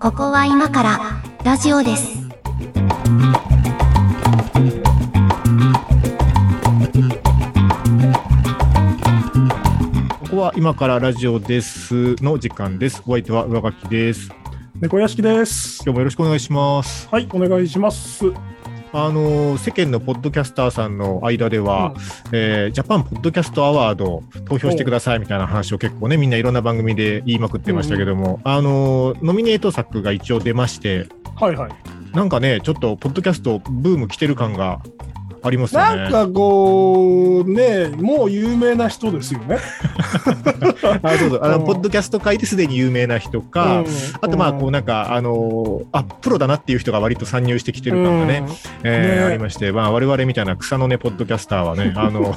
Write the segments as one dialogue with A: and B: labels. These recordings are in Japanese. A: ここは今からラジオです。
B: ここは今からラジオですの時間です。お相手は上書きです。
C: 猫屋敷です。
B: 今日もよろしくお願いします。
C: はい、お願いします。
B: あの世間のポッドキャスターさんの間では、えージャパンポッドキャストアワード投票してくださいみたいな話を結構ねみんないろんな番組で言いまくってましたけども、あのノミネート作が一応出まして
C: はいはい。
B: なんかねちょっとポッドキャストブーム来てる感がありますよね。
C: なんかこう、ね、もう有名な人ですよ
B: あ
C: ね。
B: そうそうあの
C: うん
B: ポッドキャスト界ですでに有名な人か、
C: うん
B: あとまあこうなんかあのあプロだなっていう人が割と参入してきてる感がね、。えー
C: ね
B: ありまして、まあ、我々みたいな草の根ポッドキャスターは ね、あの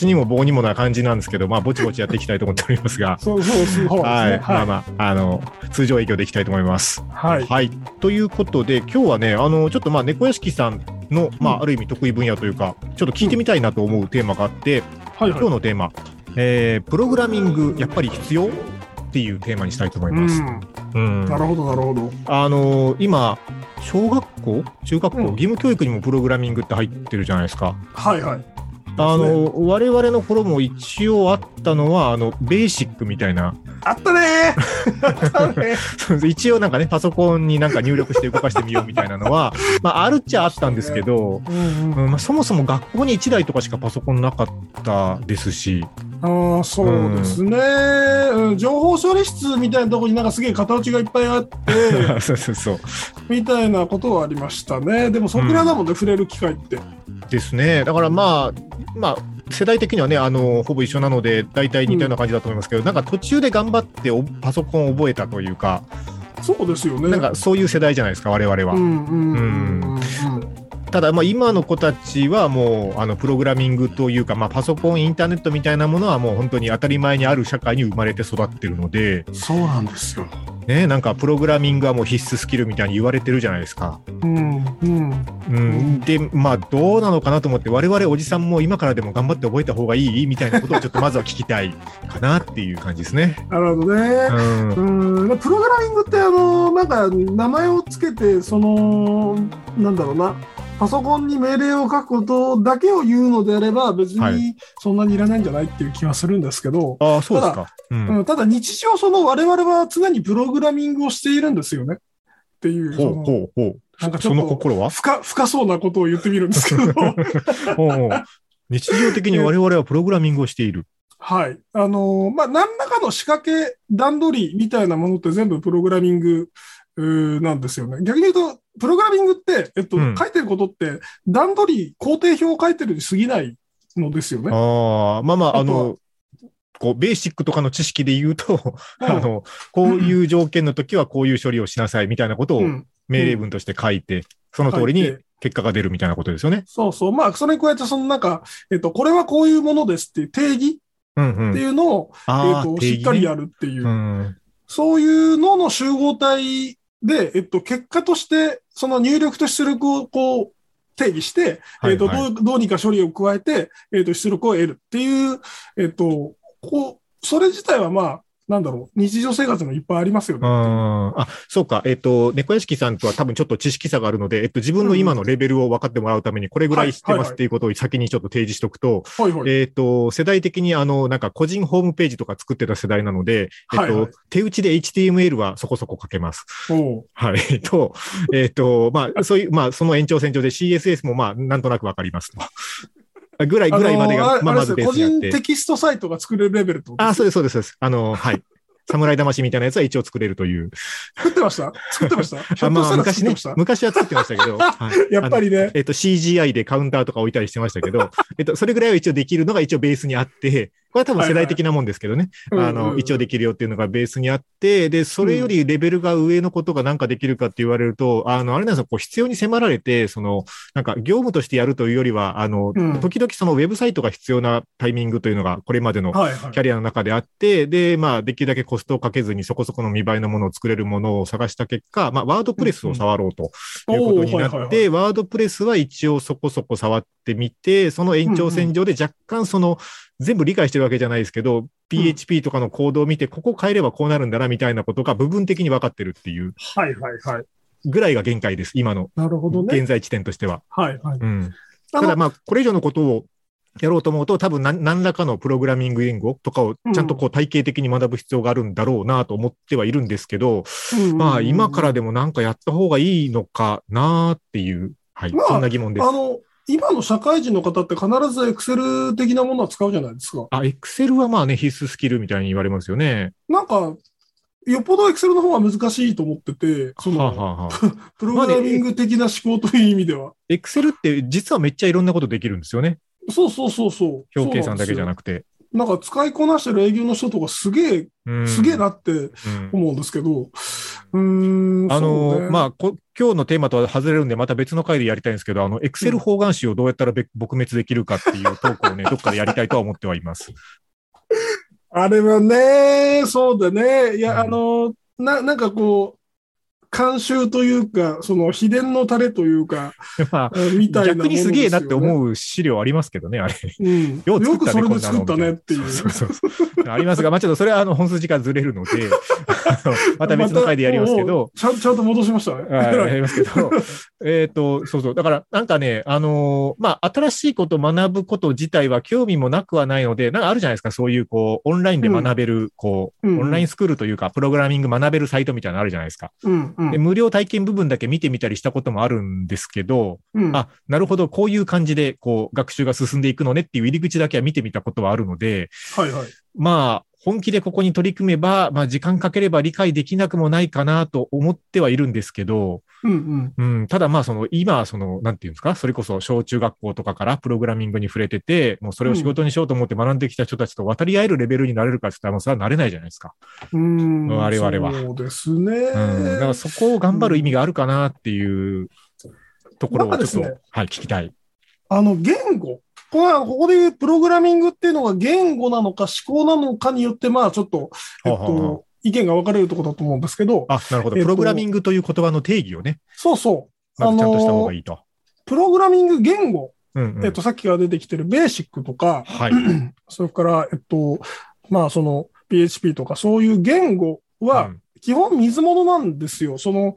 B: 橋にも棒にもな感じなんですけど、まあ、ぼちぼちやっていきたいと思っておりますが
C: うん、そうそうそうそうですね。
B: はい、ま
C: は
B: あ
C: い。
B: まあ、あの通常営業でいきたいと思います。
C: はい。
B: ということで、今日はね、あのちょっとまあ猫屋敷さんの、まあ、ある意味得意分野というか、ちょっと聞いてみたいなと思うテーマがあって、
C: はいはい
B: 今日のテーマ、えープログラミング、やっぱり必要っていうテーマにしたいと思いうます。
C: ん。
B: うん
C: なるほど、なるほど。
B: あのー今小学校中学校、
C: うん
B: 義務教育にもプログラミングって入ってるじゃないですか。
C: はいはい。
B: あのー我々の頃も一応あったのはあのベーシックみたいな
C: あったねーあったね
B: 一応なんかねパソコンになんか入力して動かしてみようみたいなの は、まあ、あるっちゃあったんですけど、
C: ーうん
B: うんまあ、そもそも学校に1台とかしかパソコンなかったです し
C: うん。ああ、そうですね。うん情報処理室みたいなとこになんかすげえ片落ちがいっぱいあって、
B: そうそうそう
C: みたいなことはありましたね。でもそこらだもんね、触れる機会って。
B: ですねだからまあまあ世代的にはねあのほぼ一緒なので大体似たような感じだと思いますけど、なんか途中で頑張っておパソコンを覚えたというか
C: そうですよね。
B: なんかそういう世代じゃないですか我々は、
C: うんうんうんうんうん
B: ただまあ今の子たちはもうあのプログラミングというか、まあ、パソコンインターネットみたいなものはもう本当に当たり前にある社会に生まれて育ってるので、
C: そうなんですよ。
B: ね、なんかプログラミングはもう必須スキルみたいに言われてるじゃないですか、
C: うんうん。
B: うん
C: うん
B: でまあどうなのかなと思って我々おじさんも今からでも頑張って覚えた方がいいみたいなことをちょっとまずは聞きたいかなっていう感じですね。
C: なるほどね。
B: うん
C: うん、プログラミングってあのなんか名前をつけてそのなんだろうなパソコンに命令を書くことだけを言うのであれば別
B: はい
C: にそんなにいらないんじゃないっていう気はするんですけど、
B: ああそうですか。うん
C: うん、ただ日常その我々は常にプログラミングをしているんですよねっていう
B: ほう
C: その
B: ほうほう。
C: なんかちょ
B: そ
C: っ
B: の
C: と
B: 心は
C: 深深そうなことを言ってみるんですけど
B: おうおう日常的に我々はプログラミングをしている。
C: はい。あのーまあ、何らかの仕掛け、段取りみたいなものって全部プログラミングうーなんですよね。逆に言うと、プログラミングって、えっと、
B: うん
C: 書いてることって、段取り、工程表を書いてるに過ぎないのですよね。
B: ああ、まあまあ、あ
C: あとは
B: の、こう、ベーシックとかの知識で言うと、
C: うん
B: あの、こういう条件の時はこういう処理をしなさいみたいなことを
C: うん
B: 命令文として書いて、その通り
C: 書
B: に
C: いて
B: 結果が出るみたいなことですよね。
C: そうそう。まあ、それに加えて、そのなんか、えっと、これはこういうものですっていう定義
B: うんう
C: っ
B: ん。
C: ていうのを、え
B: あ
C: っ
B: あ
C: と、しっかりや
B: る。
C: るっていう。
B: うん。
C: そういうのの集合体で、えっと、結果として、その入力と出力をこう、定義して、
B: はい
C: えっと、
B: は
C: どう、どうにか処理を加えて、えっと、出力を得るっていう、えっと、こう、それ自体はまあ、なんだろう、日常生活にもいっぱいありますよ
B: う
C: ね。
B: んあ、そうか。えっ、と、猫屋敷さんとは多分ちょっと知識差があるので、えっと、自分の今のレベルを分かってもらうために、これぐらい知って
C: は
B: ま
C: いはい
B: す
C: はい
B: っていうことを先にちょっと提示しておくと、
C: はいはい。
B: えっ、と、世代的にあの、なんか個人ホームページとか作ってた世代なので、えっ、と、
C: はいはい
B: 手打ちで HTML はそこそこ書けます。
C: おう
B: はい。 えっと、えっ、と、まあ、そういう、まあ、その延長線上で CSS もまあ、なんとなくわかりますと。ぐらい、ぐらいまでが、
C: あの
B: まあ、
C: あれ
B: ま
C: です
B: ず
C: ね
B: ベー
C: 個
B: スにあっ
C: 人
B: て。
C: テキストサイトが作れるレベルってこと
B: あ、そう
C: う
B: です、そうです、そうです。あの、はい。侍魂みたいなやつは一応作れるという。
C: 作ってました作ってましたひ ょ
B: あ
C: っと
B: ま
C: し
B: あ、
C: たら
B: 昔
C: 作って
B: ね
C: ました、、
B: 昔は作ってました けど、はい
C: やっぱりね。
B: えっと、CGI でカウンターとか置いたりしてましたけ ど、えっと、それぐらいは一応できるのが一応ベースにあって、これは多分世代的なもんですけどね。
C: はいは
B: あ
C: いうんうん
B: の、
C: うん
B: 一応できるよっていうのがベースにあって、で、それよりレベルが上のことがなんかできるかって言われると、あの、あれなんですよ、こう必要に迫られて、その、なんか業務としてやるというよりは、あの、
C: うん
B: 時々そのウェブサイトが必要なタイミングというのがこれまでの
C: はいはい
B: キ。ャリアの中であって、で、まあ、できるだけコストをかけずにそこそこの見栄えのものを作れるものを探した結果、まあ、ワードプレスを触ろうということにな
C: おーは
B: っ
C: いはい
B: て、ワードプレスは一応そこそこ触ってみて、その延長線上で若干その、全部理解してるわけじゃないですけど、 PHP とかのコードを見て、ここ変えればこうなるんだなみたいなことが部分的に分かってるっていう
C: はいはいはい。
B: ぐらいが限界です、今の
C: なるほどね。
B: 現在地点としては。
C: はいはい。
B: うん、
C: あ
B: た
C: の
B: だまあ、これ以上のことをやろうと思うと、多分何何らかのプログラミング言語とかをちゃんとこう体系的に学ぶ必要があるんだろうなと思ってはいるんですけど、まあ、今からでもなんかやった方がいいのかなっていう、はい、
C: まあ
B: そんな疑問です
C: あ。の、今の社会人の方って必ずエクセル的なものは使うじゃないですか。
B: あ、エクセルはまあね、必須スキルみたいに言われますよね。
C: なんか、よっぽどエクセルの方が難しいと思ってて、その、
B: はあはあはあ。
C: プログラミング的な思考という意味では。
B: エクセルって実はめっちゃいろんなことできるんですよね。
C: そうそうそうそう。
B: 表計算だけじゃ
C: く
B: なくて。
C: なんか使いこなしてる営業の人とかすげえ、
B: うん
C: すげえなって
B: うん
C: 思うんですけど、うーん、
B: あの
C: そうね
B: まあこ、今日のテーマとは外れるんで、また別の回でやりたいんですけど、あの、エクセル方眼紙をどうやったらべ撲滅できるかっていうトークを ね、どっかでやりたいとは思ってはいます。
C: あれはね、そうだね。いや、
B: うん
C: あの、な、なんかこう、慣習というか、その秘伝のタレというか、
B: まあ、
C: うんみたいなもの
B: 逆にすげえなって
C: う。
B: 思う資料ありますけどね、あれ。
C: うん、
B: よ
C: よ
B: う作っ
C: く
B: た
C: そ
B: ね、
C: れ
B: こん
C: で
B: な
C: 作
B: の
C: ったねっていう。
B: そうそうそうそうありますが、まあちょっとそれはあの本筋からずれるので、 あのまた別の回でやりますけど、
C: また。おうちゃんちゃんと戻しましたね。
B: はい、ありますけど、えっと、そうそう。だから、なんかね、あのーまあ、新しいことを学ぶこと自体は興味もなくはないので、なんかあるじゃないですか、そういう、こう、オンラインで学べる、こう、
C: うん
B: オンラインスクールというか、プログラミング学べるサイトみたいなのあるじゃないですか。
C: うんう
B: で、
C: ん
B: 無料体験部分だけ見てみたりしたこともあるんですけど、
C: うん。
B: あ、なるほど、こういう感じで、こう、学習が進んでいくのねっていう入り口だけは見てみたことはあるので、
C: はいはい。
B: まあ、本気でここに取り組めば、まあ、時間かければ理解できなくもないかなと思ってはいるんですけど、
C: うんうん。
B: うん、ただまあその今、その、なんていうんですか、それこそ小中学校とかからプログラミングに触れてて、もうそれを仕事にしようと思って学んできた人たちと渡り合えるレベルになれるかって言ったら、もうそれはなれないじゃないですか。
C: うん。
B: 我々は
C: そうですね。
B: うん、だからそこを頑張る意味があるかなっていうところをちょっと、
C: なんかです
B: はい、聞きたい。
C: あの、言語。このここで言うプログラミングっていうのが言語なのか思考なのかによって、まあちょっと、えっ
B: はあはあは
C: と、意見が分かれるところだと思うんですけど、
B: あ、なるほど。
C: えっ
B: プ
C: と
B: ログラミングという言葉の定義をね、
C: そうそう。
B: まずちゃんとした方が
C: いい。
B: いいと。
C: プログラミング言語、
B: うん、うん。
C: えっと、さっきから出てきてるベーシックとか、
B: はい。
C: それから、えっと、まあその PHP とかそういう言語は、基本水物なんですよ。その、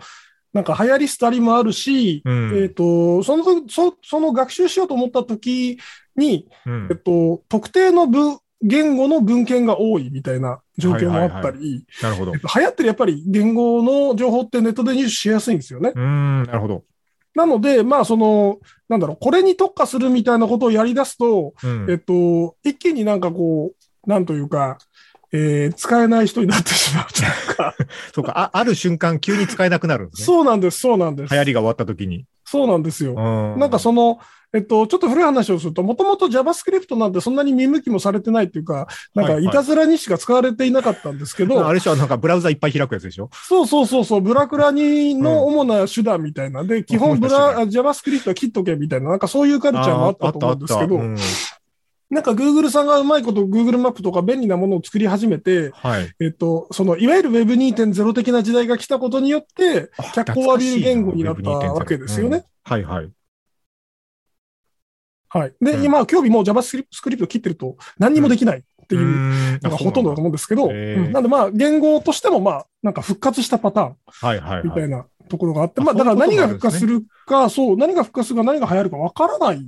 C: なんか流行り廃りもあるし、
B: うん、うん
C: えっと、その時、そその学習しようと思った時に、
B: うん
C: えっと、特定の文言語の文献が多いみたいな状況もあったり、
B: はいなるほど
C: えっ。と流行ってるやっぱり言語の情報ってネットで入手しやすいんですよね。
B: うん、なるほど。
C: なので、まあ、その、なんだろう、これに特化するみたいなことをやり出すと、
B: うん
C: えっと、一気になんかこう、なんというか、えー使えない人になってしまうというか、
B: そうかあ、ある瞬間急に使えなくなるんですね。
C: そうなんです、そうなんです
B: 流。行りが終わった時に。
C: そうなんですよ。
B: な
C: なんかその、えっと、ちょっと古い話をすると、もともと JavaScript なんてそんなに見向きもされてないっていうか、なん
B: は
C: か
B: いはい
C: いたずらにしか使われていなかったんですけど、
B: あれでしょ、なんかブラウザいっぱい開くやつでしょ。
C: そうそうそうそう、ブラクラニの主な手段みたいなんで、基本ブラ、あ JavaScript は切っとけみたいな、なんかそういうカルチャーもあったと思うんですけど、
B: うん
C: なんか Google さんがうまいこと Google マップとか便利なものを作り始めて、
B: はい。
C: えっと、そのいわゆる Web2.0 的な時代が来たことによって、脚光を浴びる言語になったわけですよ
B: う
C: ね。
B: んはいはい。
C: はい。で、
B: うん
C: 今、興味も JavaScript 切ってると何にもできないっていう
B: う
C: のがほとんど
B: だ。
C: だと思うんですけど、
B: あそうなんだへー
C: うんなんでまあ、言語としてもまあ、なんか復活したパターン
B: はいはい
C: み
B: は
C: たい
B: い。
C: なところがあって、
B: あ
C: まあ、だから
B: そうい
C: 何
B: うこ
C: が
B: となん
C: 復
B: ですね
C: 活するか、そう、何が復活するか、何が流行るかわからない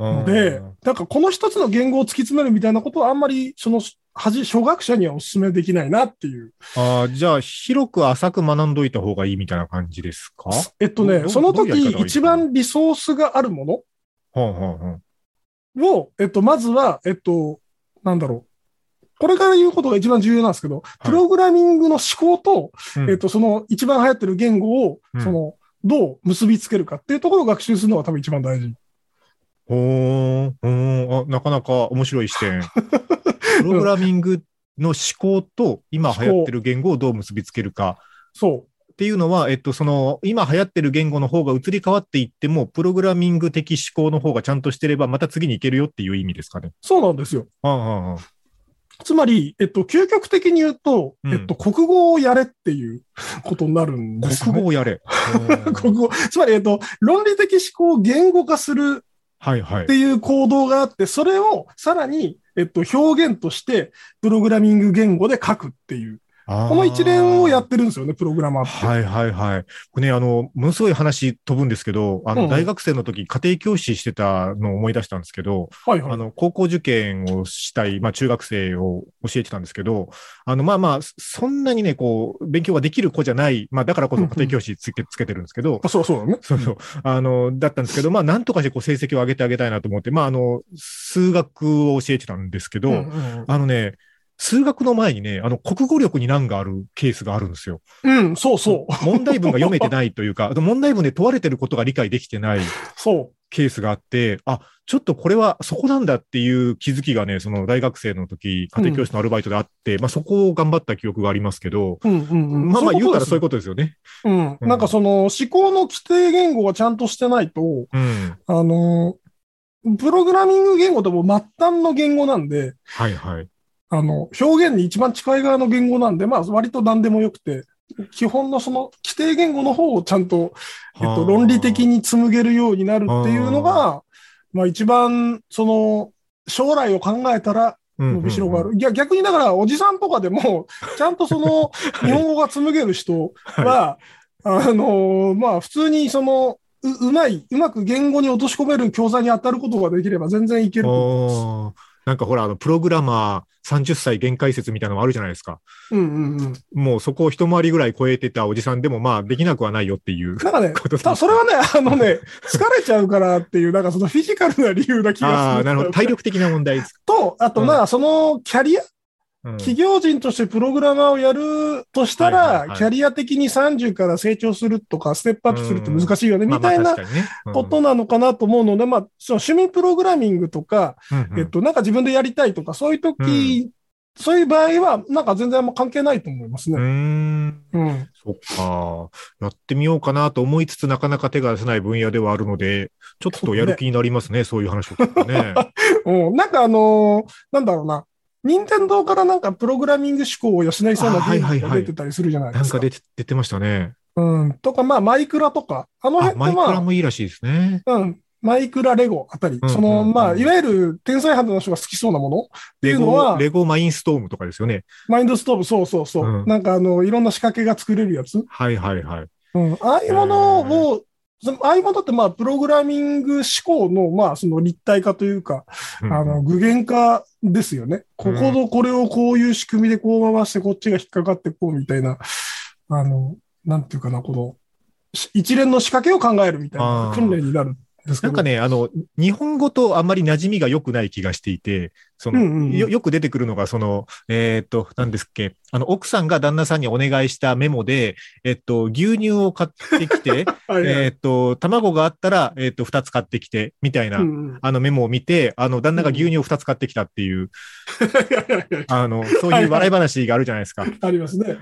C: ので
B: うん、
C: なんかこの一つの言語を突き詰めるみたいなことはあんまり、その、はじ、初学者にはお勧めできないなっていう。
B: あーじゃあ、広く浅く学んどいた方がいいみたいな感じですか
C: えっと
B: ど
C: ね、
B: う
C: その
B: どういうやり
C: 時
B: 方がいいか
C: 一番リソースがあるもの
B: ほんほんほん。
C: を、えっと、まずは、えっと、なんだろう。これから言うことが一番重要なんですけど、プログラミングの思考と、
B: うん
C: えっと、その一番流行ってる言語を
B: う、ん
C: その、どう結びつけるかっていうところを学習するのが多分一番大事。
B: ほーん。ほーんあなかなか面白い視 点。プログラミングの思考と今流行ってる言語をどう結びつけるか。
C: そ
B: っていうのは、えっと、その、今流行ってる言語の方が移り変わっていっても、プログラミング的思考の方がちゃんとしてれば、また次に行けるよっていう意味ですかね。
C: う。そうなんですよ。
B: ああ、ああ
C: つまり、えっと、究極的に言うと、
B: うん
C: えっと、国語をやれっていうことになるんですよ、
B: 国
C: ね。
B: 語をやれ。
C: 国語。つまり、えっと、論理的思考を言語化する
B: はいはい
C: って。いう行動があって、それをさらに、えっと、表現として、プログラミング言語で書くっていう。こ
B: こ
C: の一連をやってるんですよね、プログラマーって。
B: はいはいはい。これね、あの、ものすごい話飛ぶんですけど、あ
C: うん
B: の、
C: うん
B: 大学生の時、家庭教師してたのを思い出したんですけど、
C: はいは
B: あ
C: い。
B: の、高校受験をしたい、まあ、中学生を教えてたんですけど、あの、まあまあ、そんなにね、こう、勉強ができる子じゃない、まあ、だからこそ家庭教師つけつけてるんですけど、
C: あそうそうだね。
B: そうそう。あの、だったんですけど、まあ、なんとかしてこう成績を上げてあげたいなと思って、まあ、あの、数学を教えてたんですけど、
C: うんうん
B: あのね、数学の前にね、あの、国語力に難があるケースがあるんですよ。
C: うん、うん、そうそう。
B: 問題文が読めてないというか、あと問題文で問われてることが理解できてない
C: そう。
B: ケースがあって、あ、ちょっとこれはそこなんだっていう気づきがね、その大学生の時、家庭教師のアルバイトであって、まあそこを頑張った記憶がありますけど、
C: うんうんうん。
B: まあまあ言うたらそういう
C: こ
B: ことですよね。
C: とですね。
B: う
C: うんん。なんかその思考の規定言語がちゃんとしてないと、
B: うん。
C: あの、プログラミング言語でも末端の言語なんで、
B: はいはい。
C: あの、表現に一番近い側の言語なんで、まあ割と何でもよくて、基本のその規定言語の方をちゃんと、えっ
B: は
C: と、
B: あ
C: 論理的。に紡げるようになるっていうのが、まあ一番、その、将来を考えたら伸びしろがある。いや、逆にだから、おじさんとか でも、ちゃんとその、
B: い
C: 日本語が紡げる人は、あのーまあ、普通にその、ううまい、うまく言語に落とし込める教材に当たることができれば全然いけると思います。
B: おーなんかほら、あの、プログラマー30歳限界説みたいなのあるじゃないですか。
C: うんうんうん。
B: もうそこを一回りぐらい超えてたおじさんでも、まあできなくはないよっていう。
C: なんかね、
B: ことです
C: たそれはね、あのね、疲れちゃうからっていう、なんかそのフィジカルな理由な気
B: あ
C: が
B: あ、
C: する。
B: なるほど。体力的な問題です。
C: と、あと、まあ、そのキャリア、
B: うん
C: 企業人としてプログラマーをやるとしたら、
B: はいはいはい
C: キャリア的に30から成長するとか、ステップアップするって難しいよね、
B: まあ
C: み
B: まあ
C: たいな
B: 確かにねうん
C: ことなのかなと思うので、まあ、その趣味プログラミングとか、
B: うんうん
C: えっと、なんか自分でやりたいとか、そういう時、そういう場合は、なんか全然あんま関係ないと思います
B: うー
C: ね。
B: ん。
C: うん。
B: そっか。やってみようかなと思いつつ、なかなか手が出せない分野ではあるので、ちょっとやる気になりますね、そういう話を聞くとね。
C: うん。なんかあのーなんだろうな。任天堂からなんかプログラミング思考を養いそうな
B: あはい
C: ゲ
B: はい
C: ームが
B: はい
C: 出てたりするじゃないで
B: なん
C: すか。
B: か出て出てましたね。
C: うん。とか、まあ、マイクラとか、あの
B: あ、
C: 辺
B: マ
C: っ
B: イ
C: て
B: クラ
C: ま
B: もいいらしいですね。
C: あ、うん。マイクラ、レゴあたり、
B: うん
C: そ
B: うん
C: の、
B: うん
C: まあ、いわゆる天才肌の人が好きそうなものってい
B: レ
C: うの
B: ゴ、
C: は、
B: レゴマインストームとかですよね。
C: マインドストーブ、そうそうそう。
B: うん
C: なんかあの、いろんな仕掛けが作れるやつ。
B: はいはいはい。
C: うん、ああいうものを、そのああいうものって、まあ、プログラミング思考の、まあ、その立体化というか、
B: うん
C: あの、具現化ですよね。ここの、これをこういう仕組みでこう回して、こっちが引っかかってこうみたいな、あの、なんていうかな、この、し一連の仕掛けを考えるみたい
B: あ
C: な
B: ー
C: 訓練になるんですけ
B: な
C: ど。
B: んかね、あの、日本語とあんまり馴染みが良くない気がしていて、その、
C: うんうんうん
B: よよく出てくるのが、その、えーっと、何ですっけ、あの、奥さんが旦那さんにお願いしたメモで、えっと、牛乳を買ってき て、
C: はいはい
B: えーっと、卵があったら、えーっと、2つ買ってきて、みたいな、
C: うんうん
B: あのメモを見て、あの、旦那が牛乳を2つ買ってきたっていう、あの、そういう笑い話があるじゃないですか。
C: ありますね。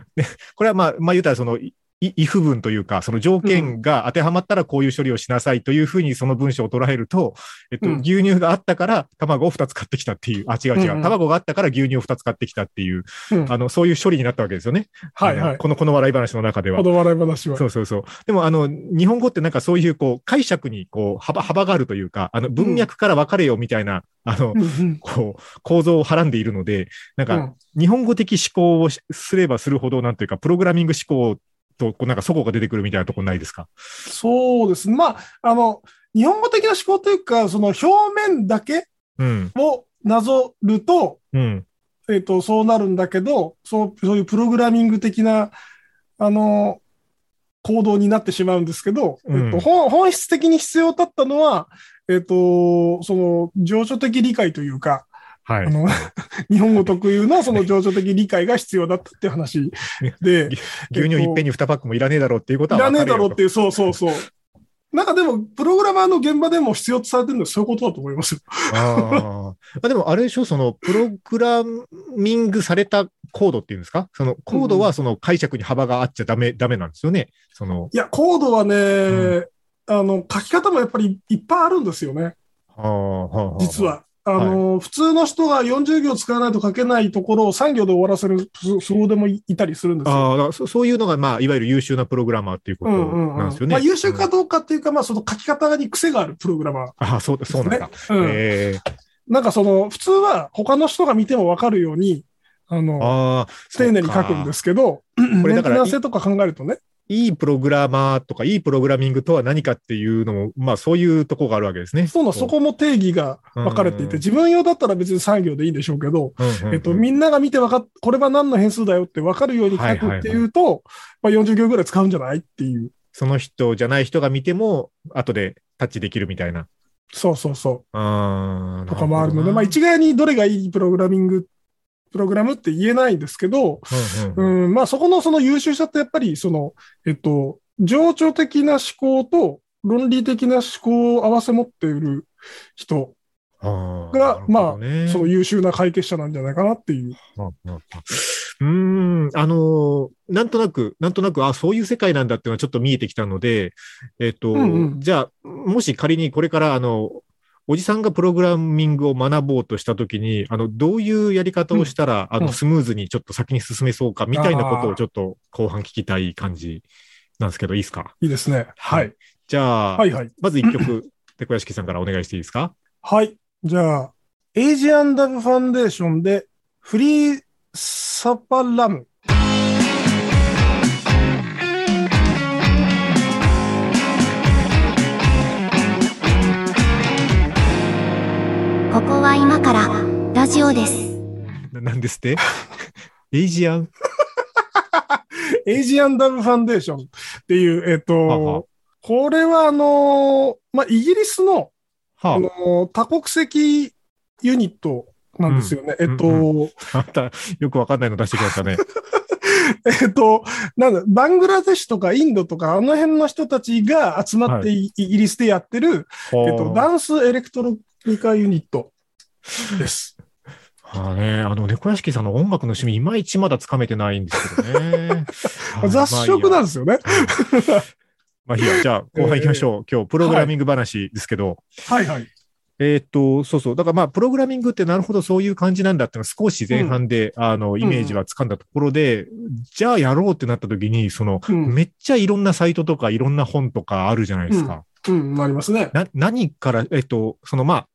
B: これはまあ、まあ言うたらその、いい不分というか、その条件が当てはまったらこういう処理をしなさいというふうにその文章を捉えると、えっと、
C: うん
B: 牛乳があったから卵を2つ買ってきたっていう、あ、違う違う、
C: うんうん
B: 卵があったから牛乳を2つ買ってきたっていう、
C: うん
B: あの、そういう処理になったわけですよね。
C: はい
B: あ
C: は
B: の
C: い。
B: この、この笑い話の中では
C: こ。の笑い話は。
B: そうそうそう。でも、あの、日本語ってなんかそういう、こう、解釈に、こう、幅、幅があるというか、あの、文脈から分かれよみたいな、あの
C: う、んうん
B: こう、構造をはらんでいるので、なん
C: う
B: か、
C: ん
B: 日本語的思考をしすればするほど、なんていうか、プログラミング思考と、こうなんか、そこが出てくるみたいなとこないですか
C: そうですね。まあ、あの、日本語的な思考というか、その表面だけ
B: うん。
C: をなぞると、
B: うん。
C: えっ、と、そうなるんだけど、そう、そういうプログラミング的な、あの、行動になってしまうんですけど、
B: うん
C: えっと、本本質的に必要だったのは、えっ、と、その、情緒的理解というか、
B: は
C: あの、 日本語特有のその情緒的理解が必要だったっていう話で、
B: い。牛乳いっぺんに2パックもいらねえだろうっていうこと
C: い
B: は
C: ら
B: 分
C: ね
B: か
C: え
B: るよ
C: だろうっ
B: と
C: ていう、そうそうそう。なんかでも、プログラマーの現場でも必要とされてるのはそういうことだと思いますよ。
B: あーあでも、あれでしょ、その、プログラミングされたコードっていうんですかその、コードはその解釈に幅があっちゃダメ、ダメなんですよね。その、
C: いや、コードはね、
B: う
C: あの、書き方もやっぱりいっぱいあるんですよね、
B: はあはあはあ
C: 実。は。あの、普通の人が40行使わないと書けないところを3行で終わらせるすすごでもいたりするんですよ。
B: ああ、だからそそういうのが、まあ、いわゆる優秀なプログラマーっていうことなんですよね。
C: まあ、優秀か
B: と。
C: どうかっていうか、まあ、その書き方に癖があるプログラマー
B: ああ、そうだ、そうなんだ。
C: ですね。うん
B: ええ
C: なんかその、普通は他の人が見てもわかるように、あの、
B: ああ、。
C: 丁寧に書くんですすけど、
B: これ
C: メ
B: だか
C: ンテ
B: ら
C: ナンス性とか考えるとね。
B: いいプログラマーとか、いいプログラミングとは何かっていうのも、まあ、そういうとこがあるわけですね。
C: そうの、そこも定義が分かれてい
B: うん
C: て、自分用だったら別に産業でいいんでしょうけど、
B: うんうんうん。
C: えっと、みんなが見てわかっ、これは何の変数だよって分かるように書くっていうと、まあ40行ぐらい使うんじゃないっていう。
B: その人じゃない人が見ても、後でタッチできるみたいな。
C: そうそうそ
B: ああ。
C: う。とかもあるので、まあ一概にどれがいいプログラミング、プログラムって言えないんですけど、
B: うんうんうん
C: うん、まあそこのその優秀さってやっぱりその、えっと、情緒的な思考と論理的な思考を合わせ持っている人、
B: あー
C: が
B: なるほどね
C: その優秀な解決者なんじゃないかなっていう。
B: うんうんうんうーん、あのーなんとなく、なんとなく、あ、そういう世界なんだっていうのはちょっと見えてきたので、えっと、
C: うんうん
B: じゃあ、もし仮にこれから、あの、おじさんがプログラミングを学ぼうとしたときに、あの、どういうやり方をしたら、あ
C: う
B: の、
C: ん
B: スムーズにちょっと先に進めそうか、みたいなことをちょっと後半聞きたい感じなんですけど、いいですか
C: いいですね。はい。
B: じゃあ、
C: はいはい。
B: まず一曲、手小屋敷さんからお願いしていいですか
C: はい。じゃあ、エイジアンダブファンデーションでフリーサパラム。
A: ここは今からラジオです。
B: ななんですって エイジアン
C: エイジアンダブファンデーションっていう、えっと、
B: はは
C: これはあのーまあ、イギリスの
B: は
C: あのー多国籍ユニットなんですよね。えっと、
B: うんあ、あんた、よくわかんないの出してきましたね。
C: えっと、なんだ、バングラデシュとかインドとか、あの辺の人たちが集まってい、イギリスでやってる、えっ
B: は
C: と、
B: あ
C: ダンスエレクトロニカユニットです。。
B: ああね、あの、猫屋敷さんの音楽の趣味、いまいちまだつかめてないんですけどね
C: 雑食なん
B: ん
C: ですよね。
B: まあいいや、じゃあ、後半行きましょう。今日、プログラミング話ですけど。
C: はいはい。
B: えーっと、そうそう。だからまあ、プログラミングってなるほどそういう感じなんだっていうのは少し前半で、あの、イメージはつかんだところで、じゃあやろうってなった時に、その、
C: うん、
B: めっちゃいろんなサイトとかいろんな本とかあるじゃないですか。
C: うん、なりますね。
B: な、何から、えっと、そのまあ、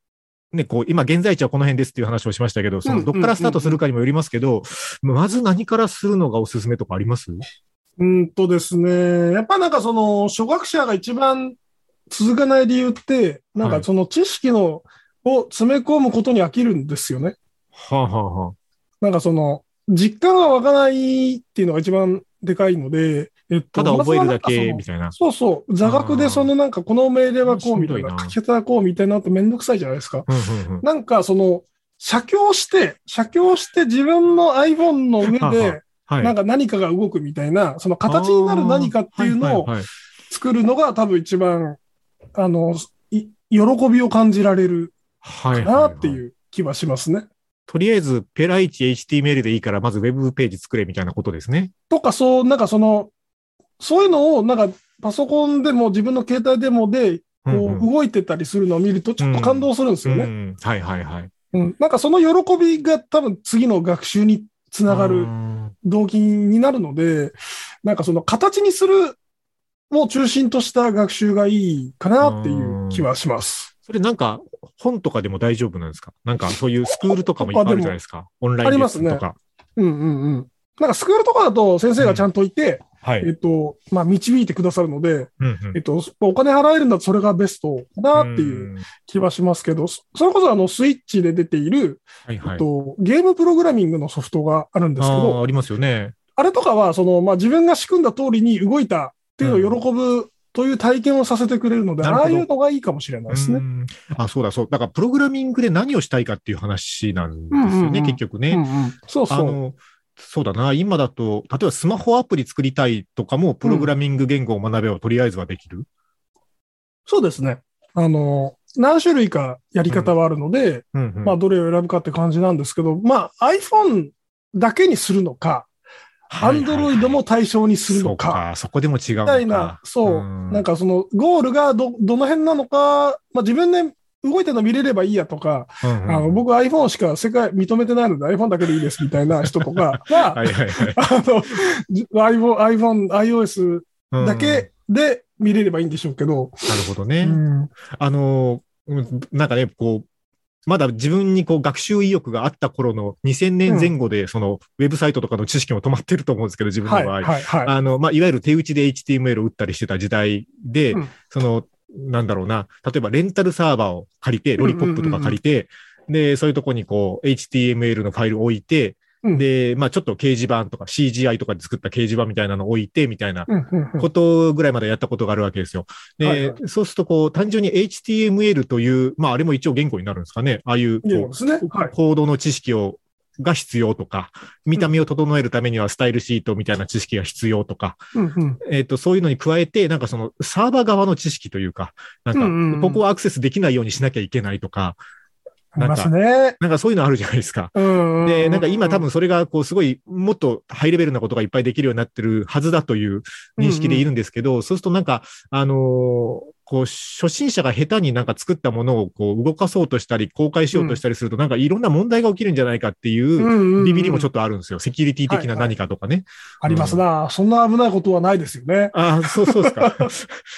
B: ね、こう、今現在地はこの辺ですっていう話をしましたけど、そ
C: うん
B: の、
C: うん
B: どっからスタートするかにもよりますけど、まず何からするのがおすすめとかあります
C: うんとですね、やっぱなんかその、初学者が一番続かない理由って、なん
B: はい
C: かその知識の、を詰め込むことに飽きるんですよね。
B: はあ、はあは
C: なんかその、実感が湧かないっていうのが一番でかいので、えっ
B: た
C: と、
B: だ覚えるだ
C: まずは
B: け、
C: なんか
B: みたいな。
C: そのそうそう、座学でそのなんかこの命令はこうみたい
B: しん
C: な
B: どい、な
C: 書き方はこうみたいなのってめんどくさいじゃないですか。
B: うんうんうん。
C: なんかその、写経して、写経して自分の iPhone の上
B: は あは
C: で、
B: はい。
C: なんか何かが動くみたいな、その形になる何かっていうのを
B: あーはいはいはい
C: 作るのが多分一番、あの、い喜びを感じられる
B: はい
C: か
B: はいは
C: ないっていう気はしますね。
B: とりあえず、ペライチ HTML でいいから、まずウェブページ作れみたいなことですね。
C: とか、そう、なんかその、そういうのを、なんか、パソコンでも自分の携帯でもで、
B: う
C: こ
B: んうん
C: う、動いてたりするのを見ると、ちょっと感動するんですよ
B: う
C: ね。
B: んはいはいはい。
C: うん。なんかその喜びが多分次の学習につなが
B: う
C: る
B: ん
C: 動機になるので、なんかその形にするを中心とした学習がいいかなっていう気はします。
B: それなんか、本とかでも大丈夫なんですかなんか、そういうスクールとかもいっぱいあるじゃないですか。オンラインレッスンとか。
C: うんうんうん。なんかスクールとかだと先生がちゃんといて、
B: はい。
C: えっと、まあ、導いてくださるので、
B: うんうん
C: えっと、お金払えるんだとそれがベストかなってい
B: う
C: う
B: ん。
C: 気はしますけど、そそれこそあの、スイッチで出ている、
B: はいは
C: えっ
B: い。
C: と、ゲームプログラミングのソフトがあるんですけど
B: あー、ありますよね。
C: あれとかは、その、まあ、自分が仕組んだ通りに動いたっていうのを喜ぶという体験をさせてくれるので、
B: なるほ
C: あ
B: ど
C: あいうのがいいかもしれないです
B: う
C: ね。
B: んあ、そうだそう。だから、プログラミングで何をしたいかっていう話なんですよね、
C: うんうんうん
B: 結局
C: うん
B: ね。
C: うんそう
B: あ
C: そう。
B: の、そうだな。今だと、例えばスマホアプリ作りたいとかも、プログラミング言語を学べばとりあえずはできる。
C: そうですね。あの、何種類かやり方はあるので、
B: うんうん
C: まあ、どれを選ぶかって感じなんですけど、まあ、iPhone だけにするのか、
B: はいはいはい
C: Android も対象にするの
B: そう
C: か、
B: か、そこでも違うのか。
C: みたいな、そう、なん
B: か、
C: かその、ゴールがど、どの辺なのか、まあ、自分で動いてるの見れればいいやとか、
B: うんうん
C: あの、僕 iPhone しか世界認めてないので iPhone だけでいいですみたいな人とかは、
B: はいはいはい
C: あの、じ iPhone、iPhone、iOS
B: うん
C: だけで見れればいいんでしょうけど、
B: なるほどね。
C: うん
B: あのー、うんなんかね、こう、まだ自分にこう学習意欲があった頃の2000年前後で、そのウェブサイトとかの知識も止まってると思うんですけど、自分
C: は
B: の
C: い、
B: 場合。
C: はいい、は
B: あのまあ、いわゆる手打ちで HTML を打ったりしてた時代で、
C: うん
B: その、なんだろうな、例えばレンタルサーバーを借りて、ロリポップとか借りて、で、そういうとこにこう、HTML のファイルを置いて、
C: うん。
B: で、まあちょっと掲示板とか CGI とかで作った掲示板みたいなのを置いて、みたいない
C: うんうんうん
B: ことぐらいまでやったことがあるわけですよ。で、
C: はいは
B: そうすると、こう、単純に HTML という、まあ、あれも一応言語になるんですかね。ああいう、
C: いいで
B: こ
C: すね。
B: う、
C: はい。
B: 行動の知識を、が必要とか、見た目を整えるためにはスタイルシートみたいな知識が必要とか、
C: うんうん
B: えっ、と、そういうのに加えて、なんかそのサーバー側の知識というか、な
C: うんうんうん
B: んか、ここはアクセスできないようにしなきゃいけないとか、
C: ありますね。
B: なんかそういうのあるじゃないですか。
C: うんうう
B: で、なんか今多分それがこうすごいもっとハイレベルなことがいっぱいできるようになってるはずだという認識でいるんですけど、そうするとなんか、あのーこう、初心者が下手になんか作ったものをこう動かそうとしたり、公開しようとしたりすると、なんかいろんな問題が起きるんじゃないかっていう、ビビりもちょ
C: っと。
B: っとあるんですよ。セキュリティ的な何かとかね。
C: ありますな。そんな危ないことはないですよね。
B: ああ、そうそうです か。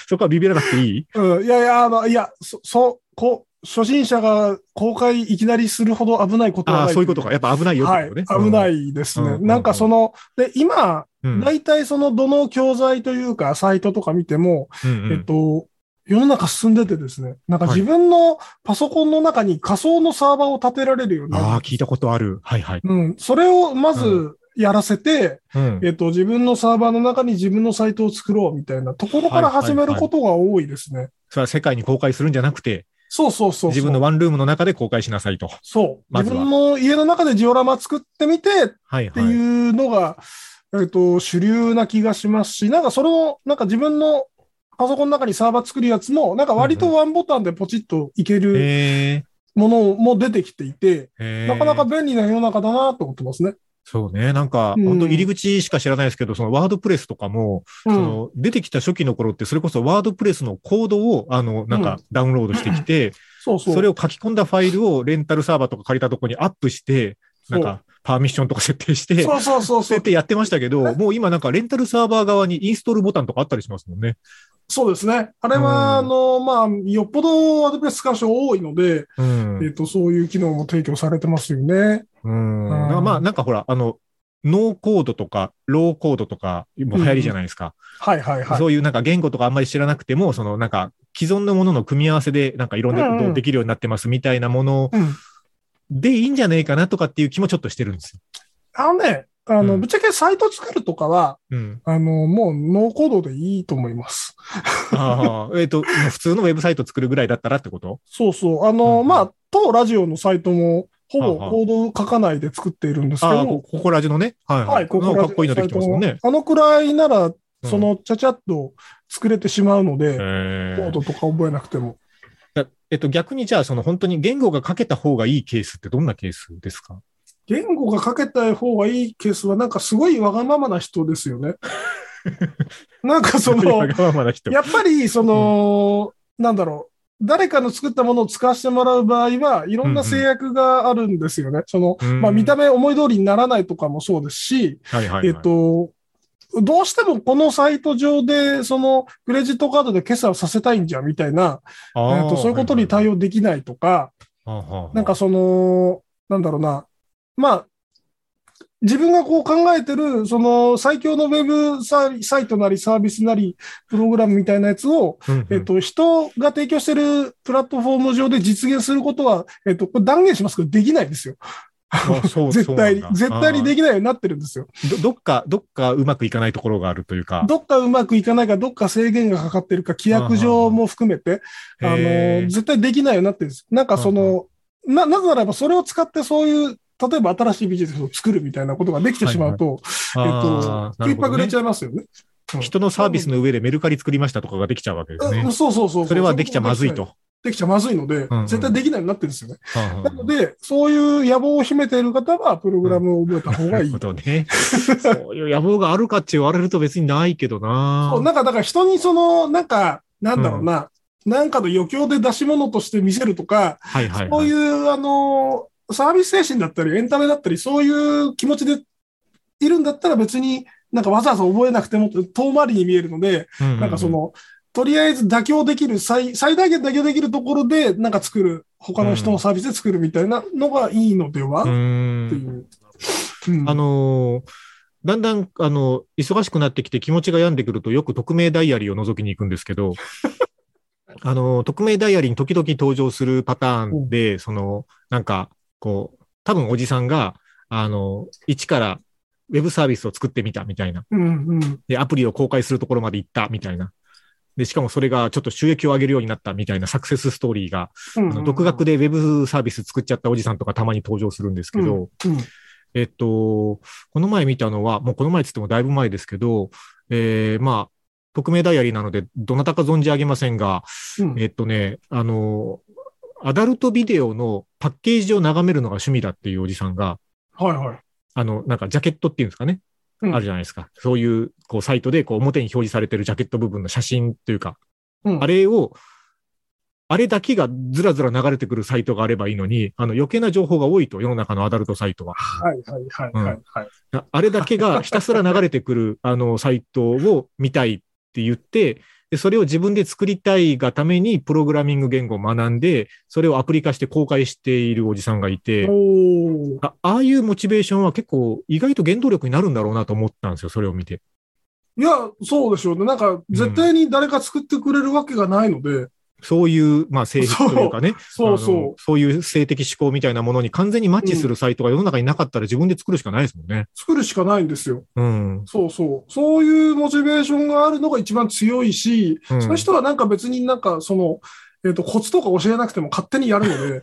B: そこはビビらなくていい
C: うん。いやいや、あの、いや、そ、そう、こう、初心者が公開いきなりするほど危ないことは
B: あ
C: な
B: あ、
C: い。
B: そういうことか。やっぱ危ないよって
C: は
B: こ
C: い。
B: とね。。
C: 危ないいです
B: うんう
C: ね。
B: んうん
C: なんかその、で、今、
B: うん
C: 大体その、どの教材というか、サイトとか見ても、
B: うんうん
C: えっと、世の中進んでてですね、なんか
B: はい
C: 自分のパソコンの中に仮想のサーバーを立てられるように
B: あ
C: な
B: あ、
C: る。
B: 聞いたことある。はいはい。
C: うん。それをまずやらせて、
B: うん
C: えっと、自分のサーバーの中に自分のサイトを作ろうみたいなところから始めることが多いですね。
B: それは世界に公開するんじゃなくて、
C: そうそうそうそう。
B: 自分のワンルームの中で公開しなさいと。
C: そう。
B: ま
C: 自
B: ずは
C: 分の家の中でジオラマ作ってみてっ
B: はい
C: て
B: はい。
C: いうのが、えっと、主流な気がしますし、なんかそれを、なんか自分のパソコンの中にサーバー作るやつも、なんか割とワンボタンでポチッといける
B: え
C: ものも出てきていて、
B: え
C: なかなか便利な世の中だなと思ってますね。
B: そうね。なんか、
C: うん
B: 本当入り口しか知らないですけど、そのワードプレスとかも、
C: う
B: そ
C: ん。
B: の出てきた初期の頃って、それこそワードプレスのコードを、あの、なん
C: う
B: か
C: ん
B: ダウンロードしてきて、
C: そうそう。
B: それを書き込んだファイルをレンタルサーバーとか借りたとこにアップして、なんか、パーミッションとか設定して、
C: そうそうそ
B: そう
C: うそ
B: や
C: う
B: っ。てやってましたけど、もう今なんかレンタルサーバー側にインストールボタンとかあったりしますもんね。
C: そうですね。あれ
B: うん
C: は、あの、まあ、よっぽどワードプレス干渉多いので、
B: うん。
C: えっと、そういう機能も提供されてますよね。
B: うん。
C: うん
B: だからまあ、なんかほら、あの、ノーコードとか、ローコードとか、も流行りじゃないですか。
C: はいはいはい。
B: そういうなんか言語とかあんまり知らなくても、そのなんか既存のものの組み合わせでなんかいろんなこ
C: うん
B: と
C: うん
B: できるようになってますみたいなもの
C: うん。
B: でいいんじゃねえかなとかっていう気もちょっとしてるんですよ。
C: あのね、あの、
B: うん
C: ぶっちゃけサイト作るとかは、
B: うん。
C: あの、もうノーコードでいいと思います。
B: あ あ、えっと、普通のウェブサイト作るぐらいだったらってこと
C: そうそう。あ
B: うん
C: の、
B: うん
C: まあ、当ラジオのサイトも、ほぼ
B: はあはあ
C: コードを書かないで作っているんですけ
B: ああ、こ
C: ど、
B: ここらじのね。はい、
C: はい、ここ
B: なん
C: ラ
B: か
C: ジオ
B: かっこいいのできてますもん
C: サイ
B: ね。
C: トもあのくらいなら、
B: うん
C: そ、の、ちゃちゃっと作れてしまうので、
B: え
C: コードとか覚えなくても。
B: ー、えっと、逆にじゃあ、その本当に言語が書けた方がいいケースってどんなケースですか
C: 言語が書けた方がいいケースは、なんかすごいわがままな人ですよ ね。なんかその
B: わ、がままな人。
C: やっぱり、その、なんだろう。誰かの作ったものを使わせてもらう場合は、いろんな制約があるんですよね。その、
B: うん
C: まあ見た目思い通りにならないとかもそうですし、
B: はいはい、はい。
C: えっと、どうしてもこのサイト上で、その、クレジットカードで決済をさせたいんじゃ、みたいな、
B: あ
C: え
B: ー、
C: っとそういうことに対応できないとか、
B: はいはいはい
C: なんか、その、なんだろうな。まあ、自分がこう考えてる、その最強のウェブサイサイトなりサービスなり、プログラムみたいなやつを、
B: うんうん
C: えっと、人が提供してるプラットフォーム上で実現することは、えっと、これ断言しますけど、できないんですよ。
B: あ そう
C: 絶対に
B: そうなんだ。
C: 絶対に
B: あー
C: できないようになってるんですよ。
B: どどっか、どっかうまくいかないところがあるというか。
C: どっかうまくいかないか、どっか制限がかかってるか、規約上も含めて、あの
B: へー
C: ー、絶対できないようになってるんです。なんかその、な、なぜならばそれを使ってそういう、例えば新しいビジネスを作るみたいなことができてしまうと、え
B: あ
C: っ
B: ー
C: と、
B: な
C: 食
B: る
C: いっ
B: ほ
C: ぱ
B: ど
C: ぐ
B: ね
C: れちゃいますよね。うん
B: 人のサービスの上でメルカリ作りましたとかができちゃうわけです
C: う
B: ね
C: ん。そうそうそう。
B: それはできちゃまずい。と。
C: できちゃまずいので
B: うんうん、
C: 絶対できないようになってるんですよね。
B: な
C: なので、そういう野望を秘めている方は、プログラムを覚えた方
B: な
C: がい
B: る
C: い。
B: ほどね。 そういう野望があるかって言われると別にないけどな。
C: そうなんか、だから人にその、なんか、なんだろうな、なんかの余興で出し物として見せるとか、
B: はいはい、はい。
C: そういう、あの、サービス精神だったり、エンタメだったり、そういう気持ちでいるんだったら別になんかわざわざ覚えなくても遠回りに見えるので、
B: うんうん
C: なんかそ、の、とりあえず妥協できる最、最大限妥協できるところで、なんか作る、他の人のサービスで作るみたいなのがいいので
B: う
C: は、ってい
B: ん。
C: う。うん
B: あのーだんだん、あの、忙しくなってきて気持ちが病んでくると、よく匿名ダイアリーを覗きに行くんですけ ど、あの、匿名ダイアリーに時々登場するパターンで、その、なんか、こう、多分おじさんが、あの、一からウェブサービスを作ってみたみたいな。
C: うんうん。
B: で、アプリを公開するところまで行ったみたいな。で、しかもそれがちょっと収益を上げるようになったみたいなサクセスストーリーが、
C: うん
B: あの独学でウェブサービス作っちゃったおじさんとかたまに登場するんですけど、
C: うん
B: えっと、この前見たのは、もうこの前っつってもだいぶ前ですけど、えーまあ、匿名ダイアリーなので、どなたか存じ上げませんが、
C: うん
B: えっとね、あの、アダルトビデオのパッケージを眺めるのが趣味だっていうおじさんが、
C: はいはい。
B: あの、なんかジャケットっていうんですかね。
C: うん
B: あるじゃないですか。そういう、こう、サイトで、こう、表に表示されてるジャケット部分の写真というか、
C: うん
B: あれを、あれだけがずらずら流れてくるサイトがあればいいのに、あの、余計な情報が多いと、世の中のアダルトサイトは。
C: はいはいはいはいはい。
B: ああれだけ がひたすら流れてくる、あの、サイトを見たいって言って、で、それを自分で作りたいがために、プログラミング言語を学んで、それをアプリ化して公開しているおじさんがいて、
C: おー
B: あああいうモチベーションは結構意外と原動力になるんだろうなと思ったんですよ、それを見て。
C: いや、そうでしょうね。なんか、絶対に誰か作ってくれるわけがないので、
B: そういう、まあ、性質というかね。
C: そう
B: あ
C: そ
B: の
C: う。
B: そういう性的思考みたいなものに完全にマッチするサイトが世の中になかったら自分で作るしかないですもんね。
C: 作るしかないんですよ。
B: うん。うん
C: そうそう。そういうモチベーションがあるのが一番強いし、その人はなんか別になんか、その、えっ、と、コツとか教えなくても勝手にやるので、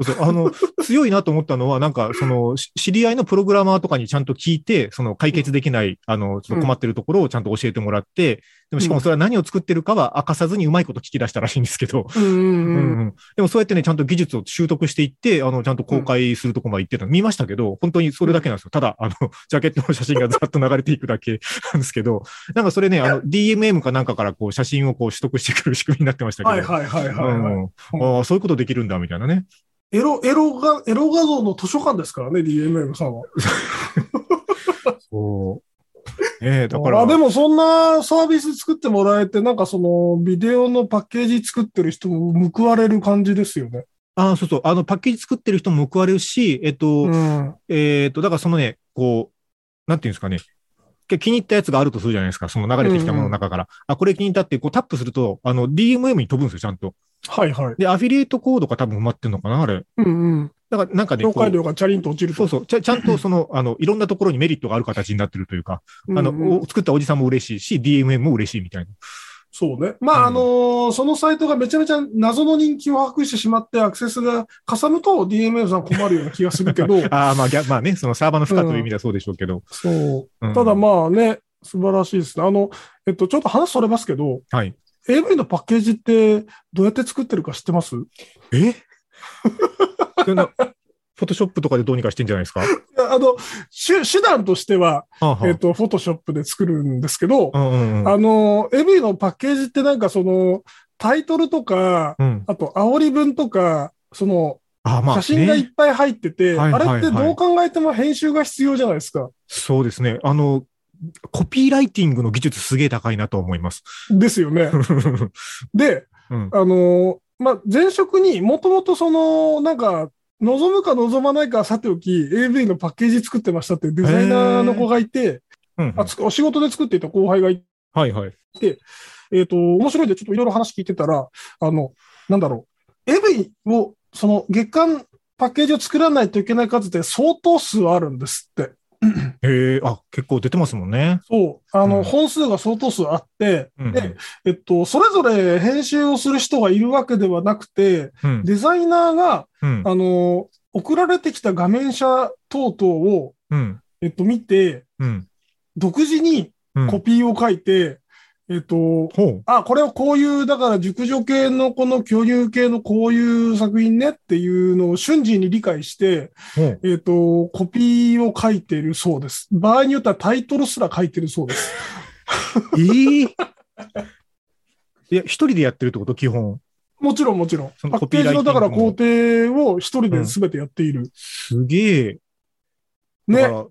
B: そうそうあの、強いなと思ったのは、なんか、その、し知り合いのプログラマーとかにちゃんと聞いて、その解決できない、あの、ちょっと困ってるところをちゃんと教えてもらって、でもしかもそれは何を作ってるかは明かさずにうまいこと聞き出したらしいんですけど、
C: うんう
B: う
C: んうん。
B: んでもそうやってね、ちゃんと技術を習得していって、あの、ちゃんと公開するとこまで行ってたの、見ましたけど、本当にそれだけなんですよ。ただ、あの、ジャケットの写真がざっと流れていくだけ なんですけど、なんかそれね、あの、DMM かなんかからこう、写真をこう、取得してくる仕組みになってましたけど。
C: はいはいはいはい、はい
B: うんああ、そういうことできるんだ、みたいなね。
C: エロ、エロが、エロ画像の図書館ですからね、DMM さんは。
B: そう。ねえ、だから。
C: あでもそんなサービス作ってもらえて、なんかその、ビデオのパッケージ作ってる人も報われる感じですよね。
B: あそうそう。あの、パッケージ作ってる人も報われるし、えっと、
C: うん。
B: えっと、だからそのね、こう、なんていうんですかね。け気に入ったやつがあるとするじゃないですか。その流れてきたものの中から。あ、これ気に入ったって、こうタップすると、あの、DMM に飛ぶんですよ、ちゃんと。
C: はいはい。
B: で、アフィリエイトコードが多分埋まってるのかな、あれ。
C: うんうん。
B: だから、なんかね、
C: 紹
B: こ
C: 介料がチャリンと落ち
B: う
C: る
B: そ
C: と。
B: うそうちゃ。ちゃんとその、あの、いろんなところにメリットがある形になってるというか、あの、
C: うんうん
B: お作ったおじさんも嬉しいし、DMM も嬉しいみたいな。
C: そうね。まあ、
B: うん、
C: あのーそのサイトがめちゃめちゃ謎の人気を博してしまって、アクセスがかさむと DMM さん困るような気がするけど
B: ああ、まあ、ぎゃまあね、そのサーバーの負荷という意味ではそうでしょうけど。
C: そう。
B: うん
C: ただまあね、素晴らしいですね。あの、えっと、ちょっと話それますけど、
B: はい
C: AV のパッケージってどうやって作ってるか知ってますい
B: え それなフォトショップとかでどうにかしてんじゃない ですか
C: やあの、手手段としては、
B: はあはあ
C: えっと、フォトショップで作るんですけど、
B: うんうんうん
C: あの、AV のパッケージってなんかその、タイトルとか、
B: うん。
C: あと、煽り文とか、その、
B: あまあ、
C: 写真がいっ
B: ね、
C: ぱい入ってて、
B: はい
C: あ
B: はいはい
C: れってどう考えても編集が必要じゃないですか。
B: そうですね。あの、コピーライティングの技術すげえ高いなと思います。
C: ですよね。で、
B: うん
C: あのーまあ、前職にもともとその、なんか、望むか望まないかはさておき、AV のパッケージ作ってましたっていうデザイナーの子がいて、
B: うんうん
C: あつお仕事で作っていた後輩がいて、
B: はいはい。
C: えっ、と、面白いんでちょっといろいろ話聞いてたら、あの、なんだろう。AV を、その月間パッケージを作らないといけない数って相当数あるんですって。
B: へえ、あ、結構出てますもんね。
C: そう。あの、
B: うん
C: 本数が相当数あって、
B: うんうん
C: で、えっと、それぞれ編集をする人がいるわけではなくて、
B: うん。
C: デザイナーが、
B: うん。
C: あの、送られてきた画面写等々を、
B: うん。
C: えっと、見て、
B: うん。
C: 独自に
B: うん
C: コピーを書いて、えっと、
B: ほう。
C: あ、これをこういう、だから熟女系のこの巨乳系のこういう作品ねっていうのを瞬時に理解して、
B: ほう。
C: えっ、と、コピーを書いているそうです。場合によってはタイトルすら書いてるそうです。
B: ええ いや、一人でやってるってこと基本。
C: もちろんもちろん。
B: その
C: パ
B: コ
C: ッ
B: ピ
C: ケ
B: ー
C: ー
B: ライ
C: ジ
B: ティング
C: のだ
B: も
C: から工程を一人で全てやっている。
B: すげえ。だか
C: ね。
B: ら、